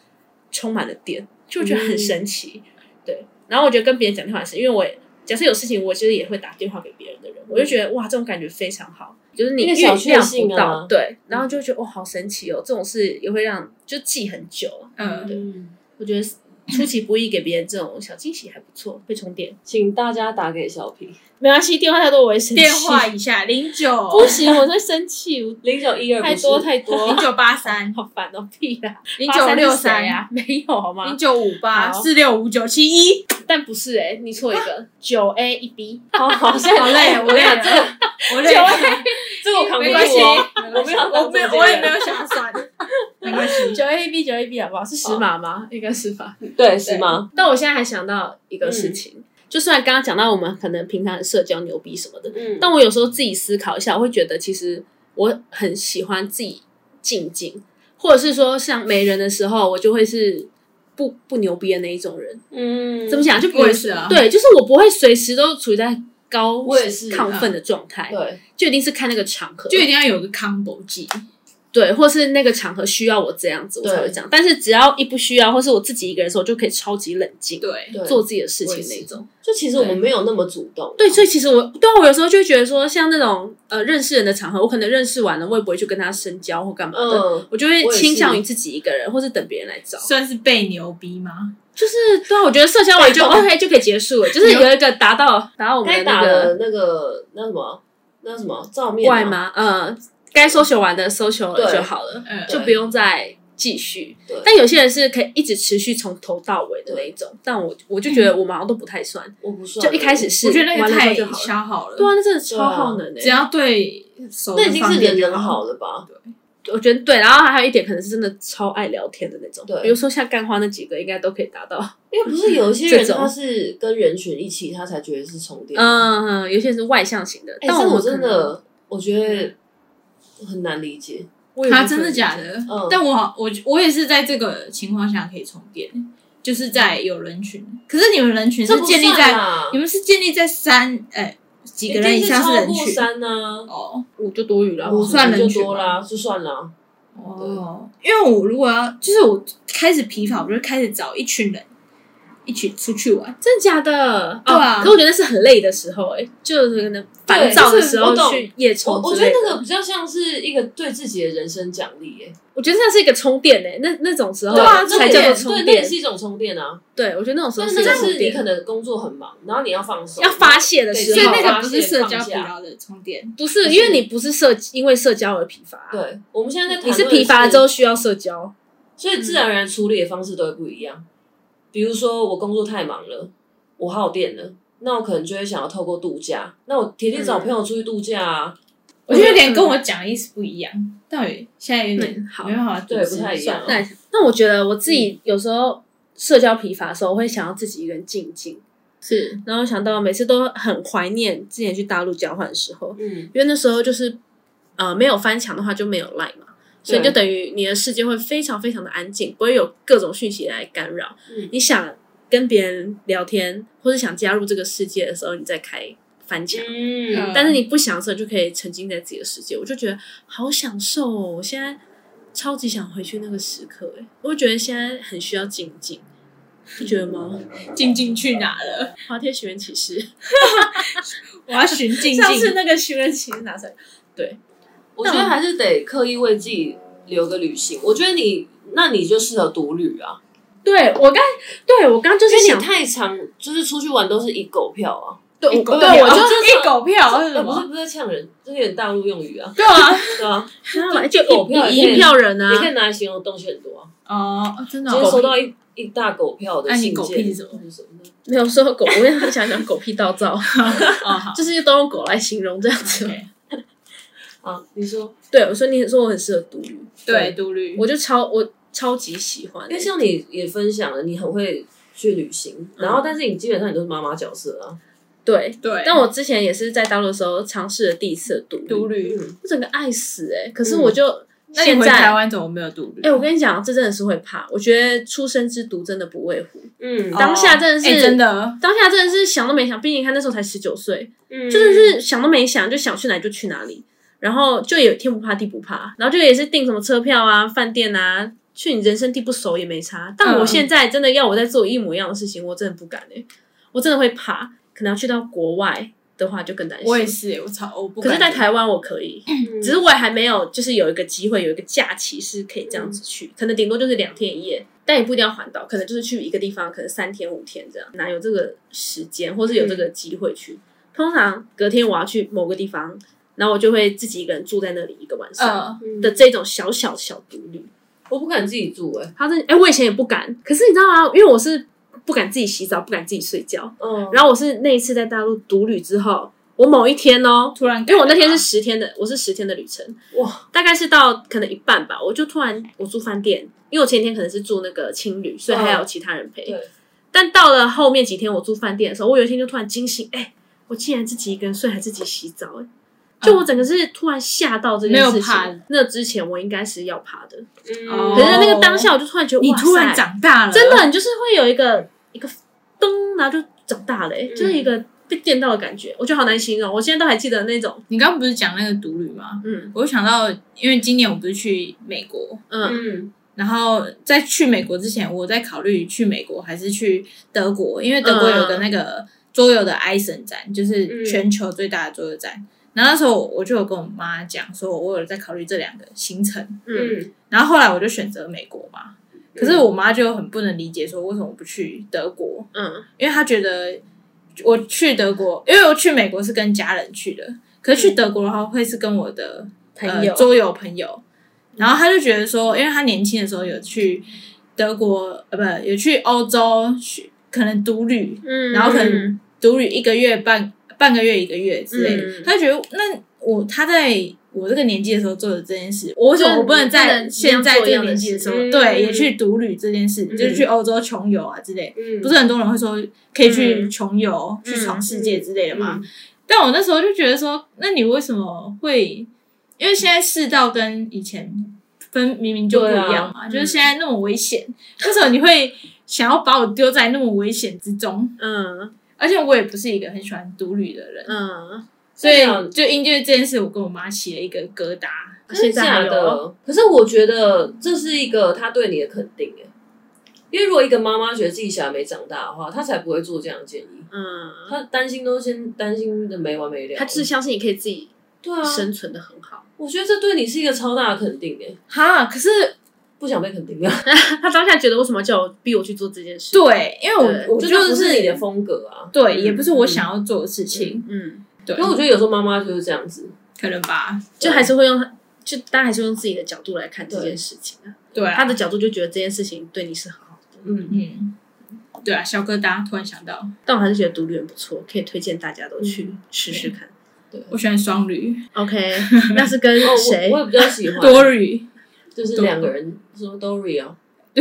Speaker 3: 充满了电，就觉得很神奇，
Speaker 1: 嗯
Speaker 3: 对。然后我觉得跟别人讲电话是，因为我也假设有事情，我其实也会打电话给别人的人，我就觉得哇，这种感觉非常好，就是你
Speaker 1: 嗯一
Speaker 3: 预
Speaker 1: 个小
Speaker 3: 料
Speaker 1: 确
Speaker 3: 不
Speaker 1: 幸啊
Speaker 3: 到，对，然后就会觉得哇，好神奇哦，这种事也会让就记很久啊，
Speaker 2: 嗯，
Speaker 3: 我觉得 出其不意给别人这种小惊喜还不错，会充电。
Speaker 1: 请大家打给小皮
Speaker 3: 没关系，电话太多我会生气。
Speaker 2: 电话一下零九
Speaker 3: 不行，我在生气，我
Speaker 1: 零九一二，
Speaker 3: 太多太多
Speaker 2: 零，九八三
Speaker 3: 好烦哦，屁啦！
Speaker 2: 零九六三
Speaker 3: 啊，没有好
Speaker 2: 零
Speaker 3: 吗？
Speaker 2: 九五八
Speaker 3: 好
Speaker 2: 四六五九七一，
Speaker 3: 但不是哎，你错一 个九 A 一 B，
Speaker 1: 好好，现在
Speaker 2: 好累，我累了， 我累
Speaker 3: 九
Speaker 2: 了，
Speaker 1: 这个我扛不
Speaker 2: 没
Speaker 1: 住
Speaker 2: 关系，
Speaker 1: 哦，
Speaker 2: 没关
Speaker 1: 我没有
Speaker 2: 系我没有，
Speaker 1: 我没有
Speaker 2: 我也没有想算，没关系，
Speaker 3: 九 A 一 B 九 A 一 B 好不好？是十码吗？应该是吧。嗯
Speaker 1: 对是吗？
Speaker 3: 但我现在还想到一个事情，就虽然刚刚讲到我们可能平常很社交牛逼什么的，
Speaker 1: 嗯
Speaker 3: 但我有时候自己思考一下，我会觉得其实我很喜欢自己静静，或者是说像没人的时候，我就会是不不牛逼的那一种人。
Speaker 1: 嗯，
Speaker 3: 怎么讲？就比
Speaker 2: 我
Speaker 3: 如
Speaker 2: 也是啊，
Speaker 3: 对，就是我不会随时都处在高
Speaker 1: 我也是
Speaker 3: 亢奋的状态，
Speaker 1: 对，
Speaker 3: 就一定是看那个场合，
Speaker 2: 啊就一定要有个 combo 技，
Speaker 3: 对，或是那个场合需要我这样子，我
Speaker 1: 对
Speaker 3: 才会这样。但是只要一不需要，或是我自己一个人的时候，我就可以超级冷静，
Speaker 2: 对，
Speaker 1: 对
Speaker 3: 做自己的事
Speaker 2: 我
Speaker 3: 情
Speaker 2: 也是
Speaker 3: 那种。
Speaker 1: 就其实我们没有那么主动，
Speaker 3: 对，所以其实我对啊我有时候就会觉得说，像那种呃认识人的场合，我可能认识完了，我也不会去跟他深交或干嘛的，
Speaker 1: 嗯，
Speaker 3: 我就会
Speaker 1: 我也是
Speaker 3: 倾向于自己一个人，或是等别人来找。
Speaker 2: 算是被牛逼吗？
Speaker 3: 就是对啊，我觉得社交完就 OK 就可以结束了，就是有一个达到达到我
Speaker 1: 该
Speaker 3: 们的
Speaker 1: 打
Speaker 3: 那个
Speaker 1: 的那个那什么啊那什么照面啊
Speaker 3: 外？吗？呃，该 social 完的 social 了
Speaker 1: 对
Speaker 3: 就好了，
Speaker 2: 嗯，
Speaker 3: 就不用再继续
Speaker 1: 对。
Speaker 3: 但有些人是可以一直持续从头到尾的那一种，但我我就觉得我们好像都不太算，
Speaker 1: 我不算，
Speaker 3: 就一开始是
Speaker 2: 我觉得那
Speaker 3: 完
Speaker 2: 个
Speaker 3: 了之后
Speaker 2: 太
Speaker 3: 就好了。
Speaker 2: 消耗了，
Speaker 3: 对啊，那真的超耗能的、
Speaker 2: 只要对手
Speaker 1: 那已经是人
Speaker 3: 啊
Speaker 1: 人好
Speaker 2: 了，
Speaker 1: 了吧？
Speaker 3: 我觉得对，然后还有一点可能是真的超爱聊天的那种，
Speaker 1: 对
Speaker 3: 比如说像干花那几个应该都可以达到，
Speaker 1: 因为不是有一些人
Speaker 3: 这种
Speaker 1: 他是跟人群一起，他才觉得是充电。
Speaker 3: 嗯，嗯有些人是外向型的，
Speaker 1: 哎，
Speaker 3: 但
Speaker 1: 这
Speaker 3: 我
Speaker 1: 我
Speaker 3: 们可
Speaker 1: 真
Speaker 3: 能，
Speaker 1: 的我觉得很难理解。
Speaker 3: 我也
Speaker 2: 他
Speaker 3: 不
Speaker 2: 啊真
Speaker 3: 可
Speaker 2: 的
Speaker 3: 能
Speaker 2: 假的？
Speaker 1: 嗯
Speaker 2: 但我好，我我也是在这个情况下可以充电，就是在有人群，可是你们人群
Speaker 1: 这
Speaker 2: 是
Speaker 1: 不
Speaker 2: 建立
Speaker 1: 算
Speaker 2: 在
Speaker 1: 啦
Speaker 2: 你们是建立在三哎
Speaker 1: 一
Speaker 4: 几个人以下
Speaker 1: 定是
Speaker 4: 人
Speaker 1: 超过
Speaker 4: 去，
Speaker 1: 三呢、
Speaker 2: 哦
Speaker 3: 五就多余了。
Speaker 1: 五
Speaker 4: 五算人
Speaker 1: 就
Speaker 4: 群
Speaker 1: 多
Speaker 4: 吗
Speaker 1: 啦，就算啦。
Speaker 2: 哦，
Speaker 4: 因为我如果要，就是我开始疲乏，我就会开始找一群人一起出去玩。
Speaker 3: 真的假的？哦
Speaker 4: 对啊
Speaker 3: 可我觉得是很累的时候、欸，哎，就是可能烦躁的时候
Speaker 1: 对就是我懂
Speaker 3: 去夜
Speaker 1: 我
Speaker 3: 冲
Speaker 1: 我
Speaker 3: 之
Speaker 1: 觉得
Speaker 3: 类的。
Speaker 1: 那个比较像是一个对自己的人生奖励耶，
Speaker 3: 我觉得那是一个充电诶、欸，那那种时候
Speaker 1: 对啊，那
Speaker 3: 才
Speaker 1: 个
Speaker 3: 叫
Speaker 1: 也
Speaker 3: 做
Speaker 1: 对，
Speaker 3: 充
Speaker 1: 那
Speaker 3: 电
Speaker 1: 也。是一种充电啊。
Speaker 3: 对，我觉得那种时候
Speaker 1: 但
Speaker 3: 是
Speaker 1: 是
Speaker 3: 一
Speaker 1: 那个
Speaker 3: 个
Speaker 1: 是
Speaker 3: 充
Speaker 1: 你
Speaker 3: 电，
Speaker 1: 可能工作很忙，然后你要放松，
Speaker 3: 要发泄的时
Speaker 4: 所
Speaker 1: 对
Speaker 4: 以
Speaker 3: 候
Speaker 4: 那
Speaker 3: 啊。
Speaker 4: 个不是社交
Speaker 1: 放
Speaker 4: 疲
Speaker 1: 下
Speaker 4: 劳的充电，
Speaker 3: 不是，因为你不是社，因为社交而疲乏、，
Speaker 1: 对，我们现在在
Speaker 3: 你
Speaker 1: 谈
Speaker 3: 是
Speaker 1: 论的
Speaker 3: 疲乏了之后，需要社交。
Speaker 1: 所以自然而然处理的方式都会不一样。比如说我工作太忙了，我耗电了，那我可能就会想要透过度假，那我铁定找
Speaker 3: 嗯
Speaker 1: 朋友出去度假啊。
Speaker 2: 我觉得有点跟我讲的意思不一样，到底现在有点
Speaker 3: 嗯好
Speaker 2: 没办法组织，
Speaker 1: 对不太一样
Speaker 2: 算了
Speaker 3: 那那我觉得我自己有时候社交疲乏的时候，我会想要自己一个人静静。
Speaker 4: 是
Speaker 3: 然后想到每次都很怀念之前去大陆交换的时候，
Speaker 1: 嗯，
Speaker 3: 因为那时候就是呃没有翻墙的话就没有 line 嘛，所以就等于你的世界会非常非常的安静，不会有各种讯息来干扰。
Speaker 1: 嗯
Speaker 3: 你想跟别人聊天，或是想加入这个世界的时候，你再开翻墙。
Speaker 1: 嗯，
Speaker 3: 但是你不想的时候，就可以沉浸在自己的世界。我就觉得好享受哦！我现在超级想回去那个时刻，哎，我觉得现在很需要静静，不觉得吗？
Speaker 2: 静静去哪了？
Speaker 3: 滑铁许愿骑士，
Speaker 2: 我要寻静
Speaker 3: 上 次
Speaker 2: 静。
Speaker 3: 那个许愿骑士拿出来，
Speaker 1: 我觉得还是得刻意为自己留个旅行。我觉得你，那你就适合独旅啊，
Speaker 3: 对我刚，对我刚就是
Speaker 1: 因为
Speaker 3: 想
Speaker 1: 你，太长，就是出去玩都是一狗啊票啊。
Speaker 3: 对
Speaker 2: 一
Speaker 3: 我
Speaker 2: 狗
Speaker 3: 对
Speaker 2: 票，
Speaker 3: 我就
Speaker 2: 一狗票是
Speaker 1: 哎
Speaker 2: 什
Speaker 1: 不是
Speaker 2: 么？
Speaker 1: 不是在呛人，这有点大陆用语啊，
Speaker 2: 对啊，
Speaker 1: 对啊，
Speaker 3: 就就
Speaker 1: 狗票
Speaker 3: 一
Speaker 1: 也可以
Speaker 3: 一票人
Speaker 1: 你可
Speaker 3: 啊，
Speaker 1: 以拿来形容东西很多啊。
Speaker 2: 哦，真的
Speaker 1: 今天收
Speaker 2: 哦，
Speaker 1: 到一一大狗票的
Speaker 2: 那你
Speaker 1: 信件，
Speaker 2: 狗屁是什么
Speaker 1: 嗯什么的
Speaker 3: 没有说狗，我也很想讲狗屁 道造，
Speaker 2: 哦好
Speaker 3: 就是都用狗来形容这样子。
Speaker 2: ，OK，
Speaker 1: 啊？你说，
Speaker 3: 对，我说你说我很适合独旅，
Speaker 2: 对，独旅，
Speaker 3: 我就超我超级喜欢
Speaker 1: 因为
Speaker 3: 欸，
Speaker 1: 像你也分享了，你很会去旅行，然后但是你基本上你都是妈妈角色啊，
Speaker 3: 对。
Speaker 2: 对，
Speaker 3: 但我之前也是在大陆的时候尝试了第一次的独
Speaker 2: 独
Speaker 3: 旅，
Speaker 2: 旅，
Speaker 1: 嗯，
Speaker 3: 我整个爱死哎、欸！可是
Speaker 1: 嗯
Speaker 3: 我就
Speaker 2: 那你
Speaker 3: 现
Speaker 2: 回
Speaker 3: 在
Speaker 2: 台
Speaker 3: 哎、
Speaker 2: 湾怎么没有独旅？
Speaker 3: 我跟你讲，这真的是会怕。我觉得初生之犊真的不畏虎，
Speaker 1: 嗯
Speaker 2: 哦
Speaker 3: 当下真的是
Speaker 2: 哎真的，
Speaker 3: 当下真的是想都没想，毕竟他那时候才十九岁，
Speaker 1: 嗯，
Speaker 3: 真的是想都没想，就想去哪里就去哪里，然后就也天不怕地不怕，然后就也是订什么车票啊、饭店啊，去你人生地不熟也没差。但我
Speaker 2: 嗯
Speaker 3: 现在真的要我在做一模一样的事情，我真的不敢哎、我真的会怕，可能要去到国外的话就更担心。
Speaker 2: 我也哎是，我操，我不
Speaker 3: 可
Speaker 2: 敢
Speaker 3: 是，在台湾我可以，
Speaker 1: 嗯，
Speaker 3: 只是我也还没有，就是有一个机会，有一个假期是可以这样子去，可能顶多就是两天一夜，但也不一定要环岛，可能就是去一个地方，可能三天五天这样，哪有这个时间或是有这个机会去？通常隔天我要去某个地方，然后我就会自己一个人住在那里一个晚上
Speaker 2: 嗯，
Speaker 1: 嗯
Speaker 3: 的这种小小小独立。
Speaker 1: 我不敢自己住哎，
Speaker 3: 他是哎，我以前也不敢，可是你知道吗？因为我是不敢自己洗澡，不敢自己睡觉。
Speaker 1: 嗯，
Speaker 3: 然后我是那一次在大陆独旅之后，我某一天哦，
Speaker 2: 突然改
Speaker 3: 因
Speaker 2: 了吧，
Speaker 3: 为我那天是十天的，我是十天的旅程，
Speaker 1: 哇，
Speaker 3: 大概是到可能一半吧，我就突然我住饭店，因为我前几天可能是住那个青旅，所以
Speaker 2: 嗯
Speaker 3: 还有其他人陪。
Speaker 1: 对
Speaker 3: 但到了后面几天我住饭店的时候，我有一天就突然惊醒，哎、我竟然自己一个人睡，还自己洗澡、
Speaker 2: 嗯
Speaker 3: 哎，就我整个是突然吓到这件事情。
Speaker 2: 没有怕
Speaker 3: 那之前我应该是要怕的，
Speaker 1: 嗯，
Speaker 2: 哦
Speaker 3: 可是那个当下我就突然觉得，
Speaker 2: 你
Speaker 3: 哇塞
Speaker 2: 突然长大了，
Speaker 3: 真的，你就是会有一个一个咚，然后就长大了、哎
Speaker 1: 嗯
Speaker 3: 就是一个被电到的感觉，我觉得好难形容。我现在都还记得那种，
Speaker 2: 你刚刚不是讲那个独旅吗？
Speaker 3: 嗯
Speaker 2: 我就想到，因为今年我不是去美国，
Speaker 3: 嗯
Speaker 1: 嗯
Speaker 2: 然后在去美国之前，我在考虑去美国还是去德国，因为德国有个那个桌游的埃森展，就是全球最大的桌游展。然后那时候我就有跟我妈讲，说我有在考虑这两个行程。
Speaker 3: 嗯，
Speaker 1: 嗯，
Speaker 2: 然后后来我就选择美国嘛，可是我妈就很不能理解，说为什么我不去德国？
Speaker 3: 嗯
Speaker 2: 因为她觉得我去德国，因为我去美国是跟家人去的，可是去德国的话会是跟我的
Speaker 3: 朋友
Speaker 2: 呃、桌游朋友。然后他就觉得说，因为他年轻的时候有去德国，呃，不，有去欧洲去，可能独旅，
Speaker 3: 嗯，
Speaker 2: 然后可
Speaker 3: 嗯
Speaker 2: 能独旅一个月半半个月一个月之类的，
Speaker 3: 嗯
Speaker 2: 他就觉得那我他在我这个年纪的时候做的这件事，我为什么
Speaker 3: 就是
Speaker 2: 我不能
Speaker 3: 不
Speaker 2: 在
Speaker 3: 能
Speaker 2: 现在这个年纪的时候，
Speaker 1: 一样做一样的事嗯
Speaker 2: 对也去独旅这件事，就是去欧洲穷游啊之类，
Speaker 1: 嗯
Speaker 2: 不是很多人会说可以去
Speaker 3: 嗯
Speaker 2: 穷游、
Speaker 3: 嗯
Speaker 2: 去闯世界之类的嘛？
Speaker 1: 嗯
Speaker 2: 但我那时候就觉得说，那你为什么会？因为现在世道跟以前分明明就不一样嘛，
Speaker 3: 对啊
Speaker 1: 嗯
Speaker 2: 就是现在 那么危险，为什么你会想要把我丢在那么危险之中？
Speaker 3: 嗯，
Speaker 2: 而且我也不是一个很喜欢独旅的人，
Speaker 3: 嗯，
Speaker 2: 所以
Speaker 1: 对啊
Speaker 2: 就因为这件事，我跟我妈起了一个疙瘩。
Speaker 1: 真的假
Speaker 2: 现在还有？
Speaker 1: 的？可是我觉得这是一个他对你的肯定哎，因为如果一个妈妈觉得自己小孩没长大的话，她才不会做这样的建议。
Speaker 3: 嗯，
Speaker 1: 她担心都先担心的没完没了。
Speaker 3: 他就是相信你可以自己
Speaker 1: 对啊，
Speaker 3: 生存的很好。
Speaker 1: 我觉得这对你是一个超大的肯定哎，
Speaker 2: 哈，可是
Speaker 1: 不想被肯定啊，
Speaker 3: 他当下觉得为什么要叫我逼我去做这件事？，
Speaker 2: 对，因为
Speaker 3: 对
Speaker 2: 我我
Speaker 1: 就
Speaker 2: 就
Speaker 1: 这不是你的风格啊。
Speaker 2: 对，
Speaker 3: 嗯
Speaker 2: 也不是我想要做的事情，
Speaker 3: 嗯，
Speaker 2: 对
Speaker 1: 因为，我觉得有时候妈妈就是这样子，
Speaker 2: 可能吧，
Speaker 3: 就还是会用，就大家还是会用自己的角度来看这件事情啊。
Speaker 2: 对啊，
Speaker 3: 他的角度就觉得这件事情对你是好的，
Speaker 1: 嗯，
Speaker 2: 嗯，对啊，小疙瘩突然想到，
Speaker 3: 但我还是觉得独旅很不错，可以推荐大家都去试试看。
Speaker 2: 我喜欢双旅、
Speaker 3: OK，那是跟
Speaker 1: 哦，
Speaker 3: 谁？
Speaker 1: 我我也比较喜欢，
Speaker 2: 多旅，
Speaker 1: 就是
Speaker 2: 多
Speaker 1: 两个人说 Dory 哦，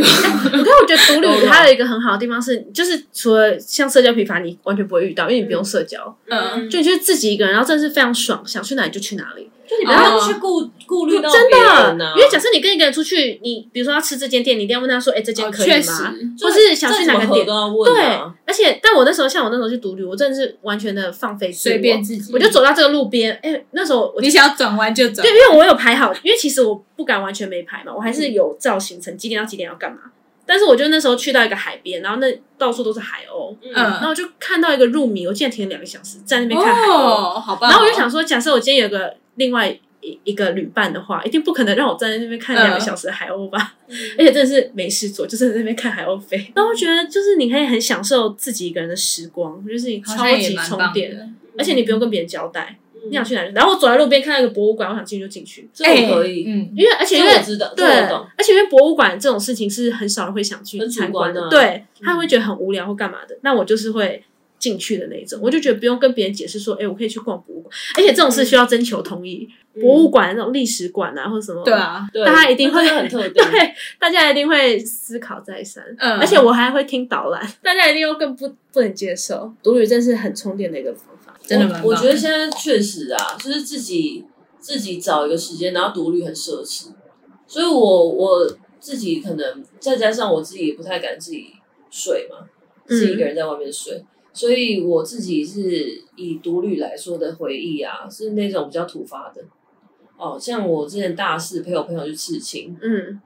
Speaker 3: 可哦是我觉得独
Speaker 1: 都
Speaker 3: 旅
Speaker 1: 有
Speaker 3: 它有一个很好的地方是，就是除了像社交疲乏，你完全不会遇到，因为你不用社交，
Speaker 2: 嗯，
Speaker 3: 就你就是自己一个人，然后真的是非常爽，想去哪里就去哪里。
Speaker 1: 就你不要
Speaker 2: 哦
Speaker 1: 去顾顾虑到
Speaker 3: 真
Speaker 1: 别
Speaker 3: 的
Speaker 1: 人啊呐，，
Speaker 3: 因为假设你跟一个人出去，你比如说要吃这间店，你一定要问他说：“哎，这间
Speaker 2: 哦
Speaker 3: 可以
Speaker 2: 确
Speaker 3: 吗
Speaker 2: 实？”
Speaker 3: 或是想去哪
Speaker 1: 这怎
Speaker 3: 个
Speaker 1: 么
Speaker 3: 点
Speaker 1: 喝都？要问
Speaker 3: 对
Speaker 1: 啊，，
Speaker 3: 而且但我那时候像我那时候去独旅，我真的是完全的放飞自我，
Speaker 2: 随
Speaker 1: 嗯
Speaker 2: 便自己
Speaker 3: 我就走到这个路边，哎，那时候我
Speaker 2: 你想要转弯就转
Speaker 3: 对，因，为我有排好，因为其实我不敢完全没排嘛，我还是有照行程，几点到几点要干嘛。但是我就那时候去到一个海边，然后那到处都是海鸥，然
Speaker 2: 嗯，
Speaker 3: 后我就看到一个入迷，我竟然停了两个小时在那边看海鸥，
Speaker 2: 哦，好吧，
Speaker 3: 然后我就想说，假设我今天有个另外一一个旅伴的话，一定不可能让我站在那边看两个小时的海 鸥吧？而且真的是没事做，就是在那边看海鸥飞。然后我觉得就是你可以很享受自己一个人的时光，就是你
Speaker 2: 好
Speaker 3: 超
Speaker 2: 像也
Speaker 3: 级
Speaker 2: 蛮
Speaker 3: 充
Speaker 2: 棒
Speaker 3: 电，
Speaker 2: 的，嗯
Speaker 3: 而且你不用跟别人交代，
Speaker 1: 嗯
Speaker 3: 你想去哪里。然后我走在路边看到一个博物馆，我想进去就进去，
Speaker 1: 这我可以，
Speaker 2: 嗯，
Speaker 3: 因为而且因
Speaker 1: 这我
Speaker 3: 为
Speaker 1: 知道，这
Speaker 3: 哎对，
Speaker 1: 我懂。
Speaker 3: 而且因为博物馆这种事情是很少人会想去
Speaker 1: 很主
Speaker 3: 参观嗯
Speaker 1: 观的
Speaker 3: 对，他会觉得很无聊或干嘛的。那我就是会进去的那一种，我就觉得不用跟别人解释说，哎、我可以去逛博物馆，而且这种事需要征求同意。博物馆那种历史馆嗯啊，或者什么，
Speaker 2: 对，啊，
Speaker 1: 对，
Speaker 3: 大家一定会
Speaker 1: 那真的很特定，
Speaker 3: 对，大家一定会思考再三。
Speaker 2: 嗯，
Speaker 3: 而且我还会听导览， 大家一定又更不不能接受。独旅真是很充电的一个方法。
Speaker 2: 真的蛮棒的
Speaker 1: 我。我觉得现在确实啊，就是自己自己找一个时间，然后独立很奢侈，所以我我自己可能再加上我自己不太敢自己睡嘛，
Speaker 3: 嗯
Speaker 1: 自己一个人在外面睡。所以我自己是以独旅来说的回忆啊，是那种比较突发的哦，像我之前大四陪我朋友去刺青，
Speaker 3: 嗯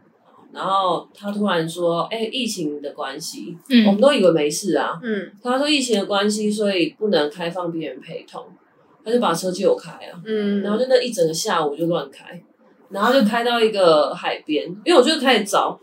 Speaker 1: 然后他突然说：“哎、疫情的关系，我们
Speaker 2: 嗯，
Speaker 1: 都以为没事啊。”
Speaker 3: 嗯
Speaker 1: 他说疫情的关系，所以不能开放别人陪同，他就把车借我开啊，
Speaker 3: 嗯，
Speaker 1: 然后就那一整个下午就乱开，然后就开到一个海边，因为我就开始找，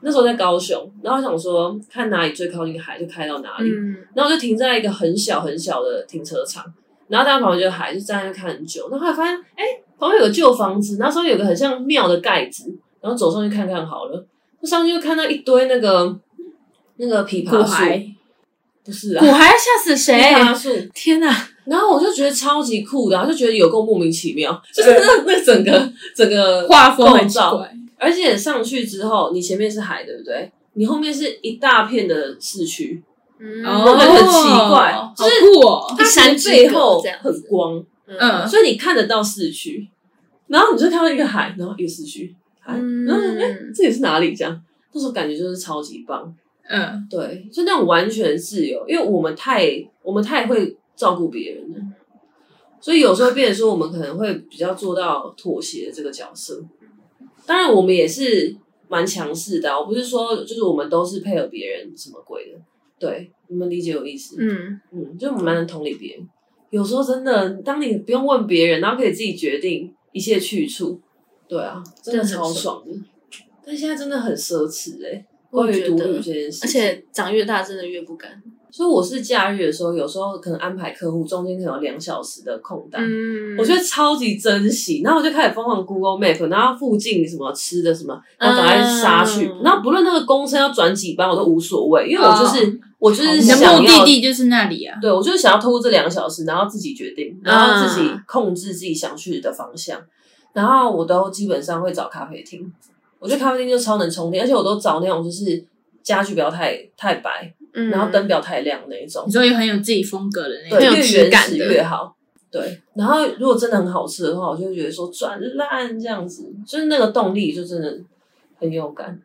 Speaker 1: 那时候在高雄，然后想说看哪里最靠近海就开到哪里，
Speaker 3: 嗯
Speaker 1: 然后我就停在一个很小很小的停车场，然后大家旁边就海就站在那看很久，然后后来发现哎、旁边有个旧房子，那时候有个很像庙的盖子，然后走上去看看好了，就上去就看到一堆那个那个枇杷
Speaker 2: 骨
Speaker 1: 树，
Speaker 2: 骸，
Speaker 1: 不是啊
Speaker 3: 我。还要吓死谁？
Speaker 1: 枇杷啊树，
Speaker 3: 天啊哪！
Speaker 1: 然后我就觉得超级酷的、啊，就觉得有够莫名其 妙，就是那那整个整个
Speaker 2: 画风很
Speaker 1: 构
Speaker 2: 奇
Speaker 1: 造，
Speaker 2: 怪，
Speaker 1: 而且上去之后，你前面是海，对不对？你后面是一大片的市区，
Speaker 3: 嗯
Speaker 2: 哦，
Speaker 1: 那个很奇怪
Speaker 2: 好
Speaker 1: 就是
Speaker 2: 酷哦，
Speaker 1: 它
Speaker 3: 山
Speaker 1: 其
Speaker 3: 之
Speaker 1: 实背
Speaker 3: 隔
Speaker 1: 后
Speaker 3: 这样
Speaker 1: 很光，
Speaker 2: 嗯
Speaker 1: 所以你看得到市区，然后你就看到一个海，然后一个市区，海，然后哎、
Speaker 3: 嗯，
Speaker 1: 这里是哪里？这样，那时候感觉就是超级棒，
Speaker 2: 嗯，
Speaker 1: 对，就那种完全自由，因为我们太我们太会照顾别人
Speaker 3: 嗯
Speaker 1: 了，所以有时候变成说我们可能会比较做到妥协的这个角色。当然，我们也是蛮强势的啊、我不是说就是我们都是配合别人什么鬼的，对，你们理解我意思？
Speaker 3: 嗯，
Speaker 1: 嗯，就我们蛮能同理别人。有时候真的，当你不用问别人，然后可以自己决定一切去处，对啊，真的
Speaker 3: 真的
Speaker 1: 超
Speaker 3: 很
Speaker 1: 爽的。但现在真的很奢侈哎、欸，
Speaker 3: 我
Speaker 1: 关
Speaker 3: 也
Speaker 1: 于
Speaker 3: 觉
Speaker 1: 独
Speaker 3: 得
Speaker 1: 旅这件事情，
Speaker 3: 而且长越大真的越不敢。
Speaker 1: 所以我是假日的时候，有时候可能安排客户中间可能有两小时的空档，
Speaker 3: 嗯
Speaker 1: 我觉得超级珍惜。然后我就开始疯狂 Google Map，然后附近什么吃的什么，然后赶快杀去。
Speaker 3: 嗯
Speaker 1: 然后不论那个公车要转几班，我都无所谓，因为我就是、
Speaker 3: 嗯
Speaker 1: 我就是
Speaker 2: 你的
Speaker 1: 想
Speaker 2: 目的
Speaker 1: 要，
Speaker 2: 地就是那里啊，
Speaker 1: 对我就是想要透过这两个小时，然后自己决定，然后自
Speaker 3: 嗯
Speaker 1: 己控制自己想去的方向。然后我都基本上会找咖啡厅，我觉得咖啡厅就超能充电，而且我都找那种就是家具不要太太白，
Speaker 3: 嗯
Speaker 1: 然后灯不要太亮那一种
Speaker 2: 你。说也很有自己风格的那
Speaker 1: 对，
Speaker 3: 很
Speaker 2: 种，
Speaker 3: 有
Speaker 1: 越
Speaker 3: 质
Speaker 1: 原
Speaker 3: 感
Speaker 1: 始
Speaker 3: 的
Speaker 1: 越好。对，然后如果真的很好吃的话，我就会觉得说转烂这样子，就是那个动力就真的很有感。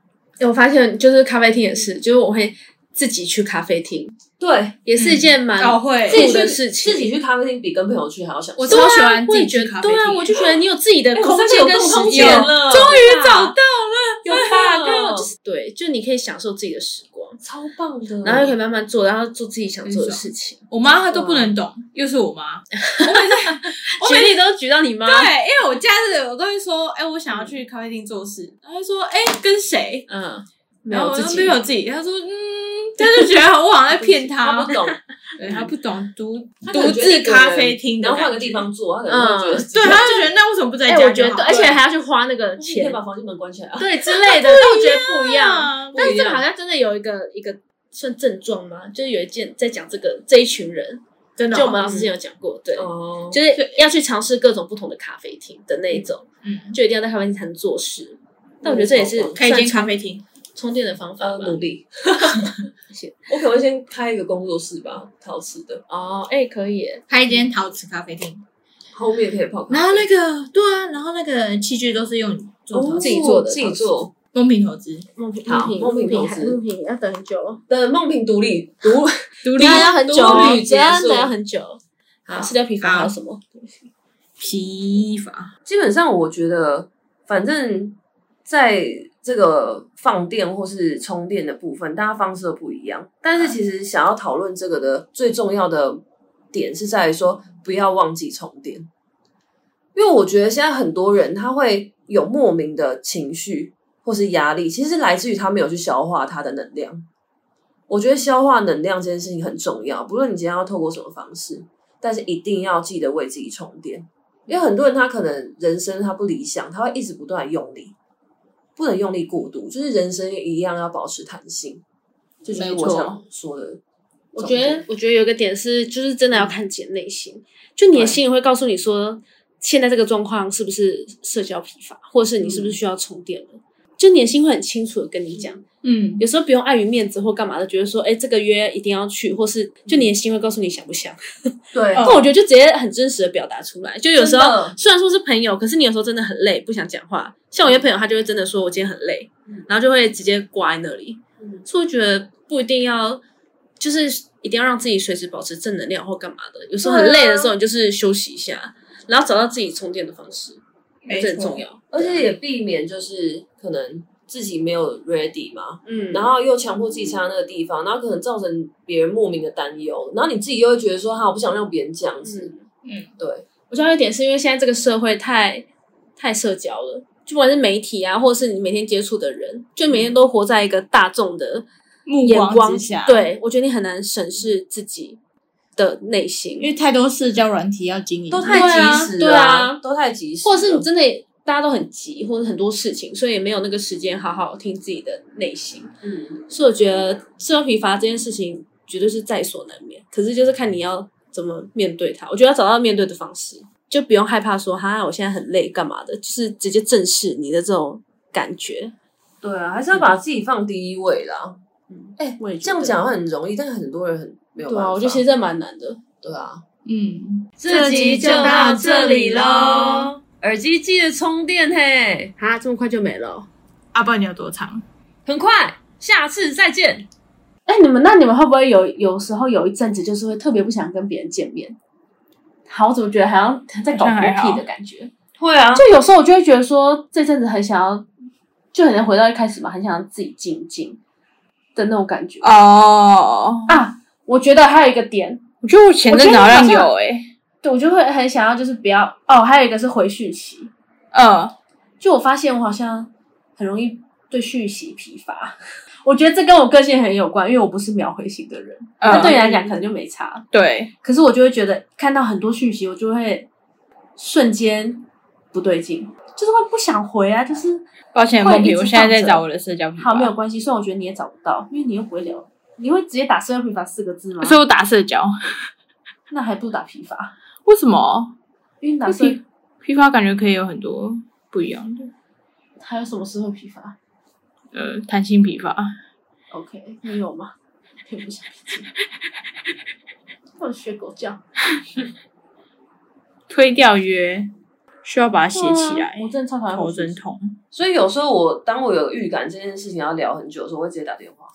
Speaker 3: 我发现就是咖啡厅也是，就是我会自己去咖啡厅，
Speaker 1: 对，
Speaker 3: 也是一件蛮
Speaker 2: 搞会
Speaker 1: 自己
Speaker 3: 酷的
Speaker 1: 去
Speaker 3: 事情
Speaker 1: 自己去咖啡厅比跟朋友去还要想。
Speaker 2: 哦我
Speaker 1: 对
Speaker 2: 超喜
Speaker 3: 对啊
Speaker 2: 欢
Speaker 3: 我
Speaker 2: 自
Speaker 3: 也
Speaker 2: 己
Speaker 3: 觉
Speaker 2: 去
Speaker 3: 得
Speaker 2: 咖啡
Speaker 3: 对
Speaker 2: 厅。
Speaker 3: 啊，我就觉得你有自己的
Speaker 1: 哎我
Speaker 3: 空
Speaker 1: 真的
Speaker 3: 间
Speaker 1: 有
Speaker 3: 跟
Speaker 1: 共
Speaker 3: 时
Speaker 1: 同
Speaker 3: 间
Speaker 1: 点，了，
Speaker 3: 终于找到
Speaker 1: 有吧？
Speaker 3: 对啊，
Speaker 1: 到，
Speaker 3: 就是对，就你可以享受自己的时光，
Speaker 1: 超棒的。
Speaker 3: 然后又可以慢慢做，然后做自己想做的事情。
Speaker 2: 我妈她都不能懂，又是我妈。我
Speaker 3: 举
Speaker 2: 每
Speaker 3: 例都举到你妈，
Speaker 2: 对，因为我假日我都会说，哎、我想要去咖啡厅做事。她会说，哎、跟谁？
Speaker 3: 嗯，没
Speaker 2: 然后
Speaker 3: 有
Speaker 2: 我
Speaker 3: 自
Speaker 2: 说
Speaker 3: 己，
Speaker 2: 没有自己。她说，嗯，她就觉得我好像在 骗
Speaker 1: 他
Speaker 2: 她
Speaker 1: 不。 懂，
Speaker 2: 对，她不懂独
Speaker 1: 她可
Speaker 2: 独
Speaker 1: 能觉得
Speaker 2: 自
Speaker 1: 一人
Speaker 2: 咖啡厅的
Speaker 1: 然
Speaker 2: 感
Speaker 1: 后换
Speaker 2: 觉，
Speaker 1: 个地方坐，他可能会觉得
Speaker 3: 嗯
Speaker 1: 自己
Speaker 2: 对，她就觉得那为什么不在
Speaker 3: 哎，
Speaker 2: 家
Speaker 3: 我
Speaker 2: 就
Speaker 3: 觉
Speaker 2: 好？
Speaker 3: 得，而且还要去花那个
Speaker 1: 而且你可
Speaker 3: 钱
Speaker 1: 以，把房间门关起来 啊。
Speaker 3: 对之类的，但我觉得不一
Speaker 2: 对
Speaker 3: 样。
Speaker 2: 啊，
Speaker 3: 但是
Speaker 1: 不一
Speaker 3: 这
Speaker 1: 样
Speaker 3: 好像真的有一个一个算症状吗？就是有一件在讲这个这一群人，
Speaker 2: 真的哦，
Speaker 3: 就我们老师之前有讲过，对，
Speaker 1: 哦，
Speaker 3: 就是要去尝试各种不同的咖啡厅的那一种，
Speaker 2: 嗯，
Speaker 3: 就一定要在咖啡厅才能做事。但我觉得这也是
Speaker 1: 嗯
Speaker 2: 开一间
Speaker 3: 算
Speaker 2: 咖啡厅，
Speaker 3: 充电的方法
Speaker 1: 呃，
Speaker 3: 吧。
Speaker 1: 努力。
Speaker 3: 谢
Speaker 1: 我可能会先开一个工作室吧，陶瓷的，
Speaker 3: 哦，哎，可以耶，
Speaker 2: 开一间陶瓷咖啡厅。
Speaker 1: 后面也可以泡咖啡。
Speaker 2: 然后那个，对啊，然后那个器具都是用做陶
Speaker 1: 哦
Speaker 2: 瓷
Speaker 3: 自己做的
Speaker 1: 自己做。
Speaker 2: 公平投资，
Speaker 3: 梦萍，
Speaker 1: 好
Speaker 3: 梦
Speaker 1: 梦萍
Speaker 3: 萍
Speaker 1: 投
Speaker 3: 还，
Speaker 1: 资
Speaker 3: 梦萍要等很久哦，
Speaker 1: 等梦萍独立独
Speaker 2: 独
Speaker 3: 那要很久哦，
Speaker 1: 独立
Speaker 3: 等要
Speaker 1: 结束
Speaker 3: 等要很久。好，吃掉皮肤
Speaker 2: 好
Speaker 3: 还有什么？
Speaker 2: 批发，
Speaker 1: 基本上我觉得，反正在这个放电或是充电的部分，大家方式都不一样。但是其实想要讨论这个的最重要的点是在于说，不要忘记充电，因为我觉得现在很多人他会有莫名的情绪或是压力，其实是来自于他没有去消化他的能量。我觉得消化能量这件事情很重要，不论你今天要透过什么方式，但是一定要记得为自己充电。因为很多人他可能人生他不理想，他会一直不断地用力，不能用力过度，就是人生一样要保持弹性。这就是
Speaker 3: 没
Speaker 1: 我
Speaker 3: 错
Speaker 1: 想说的重点。
Speaker 3: 我觉得，我觉得有一个点是，就是真的要看自己的内心，就你的
Speaker 1: 对
Speaker 3: 心里会告诉你说，现在这个状况是不是社交疲乏，或者是你是不是需要充电了。就你的心会很清楚的跟你讲，
Speaker 2: 嗯，
Speaker 3: 有时候不用碍于面子或干嘛的，觉得说，哎、这个约一定要去，或是就你的心会告诉你想不想。
Speaker 1: 对，
Speaker 3: 但我觉得就直接很真实的表达出来，就有时
Speaker 1: 嗯真
Speaker 3: 候
Speaker 1: 的
Speaker 3: 虽然说是朋友，可是你有时候真的很累，不想讲话。像我有些朋友，他就会真的说我今天很累
Speaker 1: 嗯，
Speaker 3: 然后就会直接挂在那里。
Speaker 1: 嗯
Speaker 3: 所以我觉得不一定要，就是一定要让自己随时保持正能量或干嘛的。有时候很累的时候，你就是休息一下，然后找到自己充电的方式，
Speaker 2: 没
Speaker 3: 这很
Speaker 2: 错
Speaker 3: 重要。
Speaker 1: 而且也避免就是可能自己没有 ready 嘛，
Speaker 3: 嗯，
Speaker 1: 然后又强迫自己参加那个地方，然后可能造成别人莫名的担忧，然后你自己又会觉得说，哈，我不想让别人这样子。
Speaker 3: 嗯，
Speaker 1: 对，
Speaker 3: 我觉得有一点是因为现在这个社会太太社交了。就不管是媒体啊，或者是你每天接触的人，就每天都活在一个大众的
Speaker 2: 目
Speaker 3: 眼
Speaker 2: 光之下，，
Speaker 3: 对我觉得你很难审视自己的内心
Speaker 2: 因，为太多社交软体要经营，
Speaker 1: 都太及时了，
Speaker 3: 对啊
Speaker 1: 都太及时了，
Speaker 3: 或者是你真的大家都很急，或者很多事情，所以也没有那个时间好好听自己的内心。
Speaker 1: 嗯，
Speaker 3: 所以我觉得社交疲乏这件事情绝对是在所难免，可是就是看你要怎么面对它。我觉得要找到面对的方式，就不用害怕说哈，我现在很累干嘛的，就是直接正视你的这种感觉。
Speaker 1: 对啊，还是要把自己放第一位啦。
Speaker 3: 嗯，
Speaker 1: 哎
Speaker 3: 我也觉
Speaker 1: 这样
Speaker 3: 得
Speaker 1: 讲很容易，但很多人很没有
Speaker 3: 对
Speaker 1: 办法。
Speaker 3: 啊，我觉得其实这蛮难的。
Speaker 1: 对啊。
Speaker 2: 嗯，
Speaker 1: 这集就到这里喽，耳机记得充电嘿，
Speaker 3: 啊，这么快就没了哦、
Speaker 2: 阿爸你有多长？
Speaker 1: 很快，下次再见。
Speaker 3: 哎，你们那你们会不会有有时候有一阵子就是会特别不想跟别人见面？好，我怎么觉得好像在搞
Speaker 2: 好像还
Speaker 3: 孤僻
Speaker 2: 好
Speaker 3: 的感觉？
Speaker 1: 会啊，
Speaker 3: 就有时候我就会觉得说，这阵子很想要，就很能回到一开始嘛，很想要自己静一静的那种感觉。
Speaker 2: 哦，
Speaker 3: 啊，我觉得还有一个点，
Speaker 2: 我觉得我前阵子好像有哎、
Speaker 3: 对我就会很想要，就是不要哦，还有一个是回讯息。
Speaker 2: 嗯，
Speaker 3: 就我发现我好像很容易对讯息疲乏， 我觉得这跟我个性很有关，因为我不是秒回信的人，那、
Speaker 2: 嗯
Speaker 3: 啊对你来讲可能就没差。
Speaker 2: 对，
Speaker 3: 可是我就会觉得看到很多讯息，我就会瞬间不对劲，就是会不想回啊，就是
Speaker 2: 抱歉，
Speaker 3: 会
Speaker 2: 梦
Speaker 3: 一
Speaker 2: 萍，
Speaker 3: 直
Speaker 2: 我现在在
Speaker 3: 放着
Speaker 2: 找我的社交疲乏
Speaker 3: 好没有关系。虽然我觉得你也找不到，因为你又不会聊，你会直接打“社交疲乏”四个字吗？
Speaker 2: 所以我打社交，
Speaker 3: 那还不如打疲乏，
Speaker 2: 为什么
Speaker 3: 因为打社
Speaker 2: 疲疲乏感觉可以有很多不一样的？
Speaker 3: 还有什么事会疲乏
Speaker 2: 呃，弹性疲乏，
Speaker 3: ？OK，你有 吗？我不想理解，或者学狗叫，
Speaker 2: 推掉约，需要把它写起来
Speaker 3: 对啊，我真的超讨厌
Speaker 2: 头
Speaker 3: 回讯
Speaker 2: 真
Speaker 3: 息
Speaker 2: 痛。
Speaker 1: 所以有时候我当我有预感这件事情要聊很久的时候，我会直接打电话。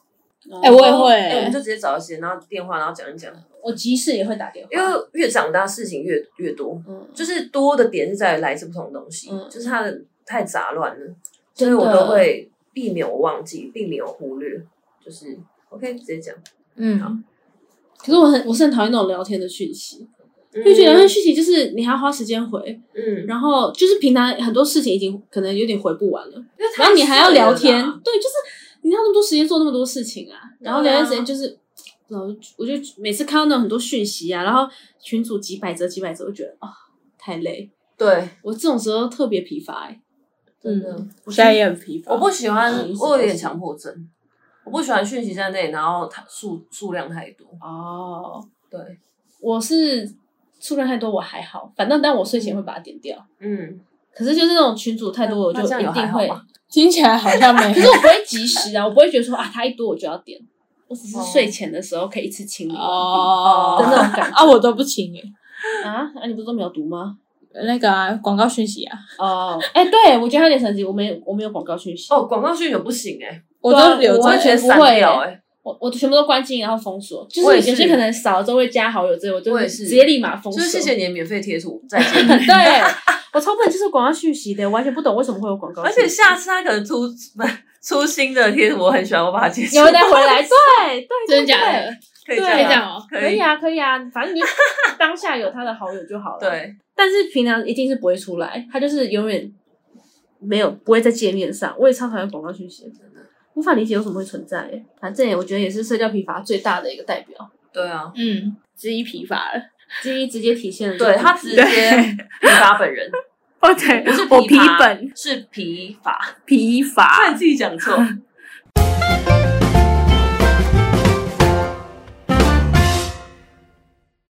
Speaker 3: 哎我也会
Speaker 1: 哎我们就直接找一些，然后电话，然后讲一讲。
Speaker 5: 我即使也会打电话，
Speaker 1: 因为越长大，事情越越多，
Speaker 5: 嗯，
Speaker 1: 就是多的点是在于来自不同的东西，
Speaker 5: 嗯
Speaker 1: 就是它的太杂乱了，所
Speaker 5: 真
Speaker 1: 以
Speaker 5: 的
Speaker 1: 我都会避免我忘记，避免我忽略，就是 OK 直接讲，
Speaker 2: 嗯，
Speaker 3: 可是我很我是很讨厌那种聊天的讯息，
Speaker 1: 就
Speaker 3: 因为觉得聊天讯息就是你还要花时间回，
Speaker 1: 嗯，
Speaker 3: 然后就是平常很多事情已经可能有点回不完了，
Speaker 1: 因为太
Speaker 3: 然后你还要聊
Speaker 1: 碎
Speaker 3: 天
Speaker 1: 了啦，
Speaker 3: 对，就是你哪有那么多时间做那么多事情啊？然后
Speaker 1: 对啊
Speaker 3: 聊天时间就是，然后我就每次看到那种很多讯息啊，然后群组几百则几百则，我就觉得啊、太累，
Speaker 1: 对，
Speaker 3: 我这种时候特别疲乏、欸。
Speaker 1: 真的。
Speaker 4: 我现在也很疲乏。
Speaker 1: 我不喜欢
Speaker 3: 嗯，
Speaker 1: 我有点强迫症，我不喜欢讯息在内，然后它数数量太多。
Speaker 3: 哦，
Speaker 1: 对，
Speaker 3: 我是数量太多，我还好，反正但我睡前会把它点掉。
Speaker 1: 嗯，
Speaker 3: 可是就是那种群组太多，我就
Speaker 1: 那这样
Speaker 3: 一
Speaker 1: 有还
Speaker 3: 定
Speaker 1: 好
Speaker 3: 会。
Speaker 1: 吧
Speaker 4: 听起来好像 没
Speaker 3: 可是我不会及时啊，我不会觉得说啊，它一多我就要点，我只是
Speaker 1: 哦
Speaker 3: 睡前的时候可以一次清理完毕
Speaker 4: 哦
Speaker 3: 的那种感
Speaker 4: 啊，我都不清哎，
Speaker 3: 觉啊。啊，你不是都没有读吗？
Speaker 4: 那个啊，广告讯息啊，
Speaker 3: 哦，哎，对，我觉得他有点神奇，我没有我没有广告讯息，
Speaker 1: 哦，广告讯有不行哎、
Speaker 4: 我都留
Speaker 1: 我
Speaker 4: 着
Speaker 1: 会
Speaker 3: 啊完
Speaker 1: 觉
Speaker 3: 全
Speaker 1: 得
Speaker 3: 不
Speaker 1: 删
Speaker 3: 会
Speaker 1: 掉
Speaker 3: 欸
Speaker 1: 哎、
Speaker 3: 我我全部都关静，然后封锁，就
Speaker 1: 我也
Speaker 3: 是
Speaker 1: 是
Speaker 3: 有些可能扫了之后会加好友之类，我就
Speaker 1: 我也
Speaker 3: 会
Speaker 1: 是
Speaker 3: 直接立马封
Speaker 1: 就
Speaker 3: 锁。
Speaker 1: 是谢谢你的免费贴图，再见。
Speaker 3: 对，我超不能接受广告讯息的，我完全不懂为什么会有广 告
Speaker 1: 而
Speaker 3: 讯息，
Speaker 1: 且下次他可能出出新的贴图，我很喜欢，我把它截
Speaker 3: 你
Speaker 1: 出来。
Speaker 3: 会再回 来，对对，
Speaker 2: 真的假的？
Speaker 1: 可以
Speaker 3: 对
Speaker 1: 这
Speaker 2: 这
Speaker 1: 样
Speaker 2: 样
Speaker 1: 吗，
Speaker 2: 哦，
Speaker 1: 可
Speaker 3: 可以
Speaker 1: 以。
Speaker 3: 啊，可以啊，反正你就当下有他的好友就好了。，
Speaker 1: 对，
Speaker 3: 但是平常一定是不会出来，他就是永远没有不会在界面上。我也超讨厌广告讯息的，真的无法理解为什么会存在欸。反正也我觉得也是社交疲乏最大的一个代表，
Speaker 1: 对啊，
Speaker 2: 嗯，之一疲乏了，
Speaker 3: 第一直接体现了
Speaker 1: 对他直接 疲乏本 人，
Speaker 4: 哦对
Speaker 1: 不是
Speaker 4: 我疲
Speaker 1: 疲乏
Speaker 4: 本
Speaker 1: 是疲乏，
Speaker 4: 疲乏，
Speaker 1: 自己讲错。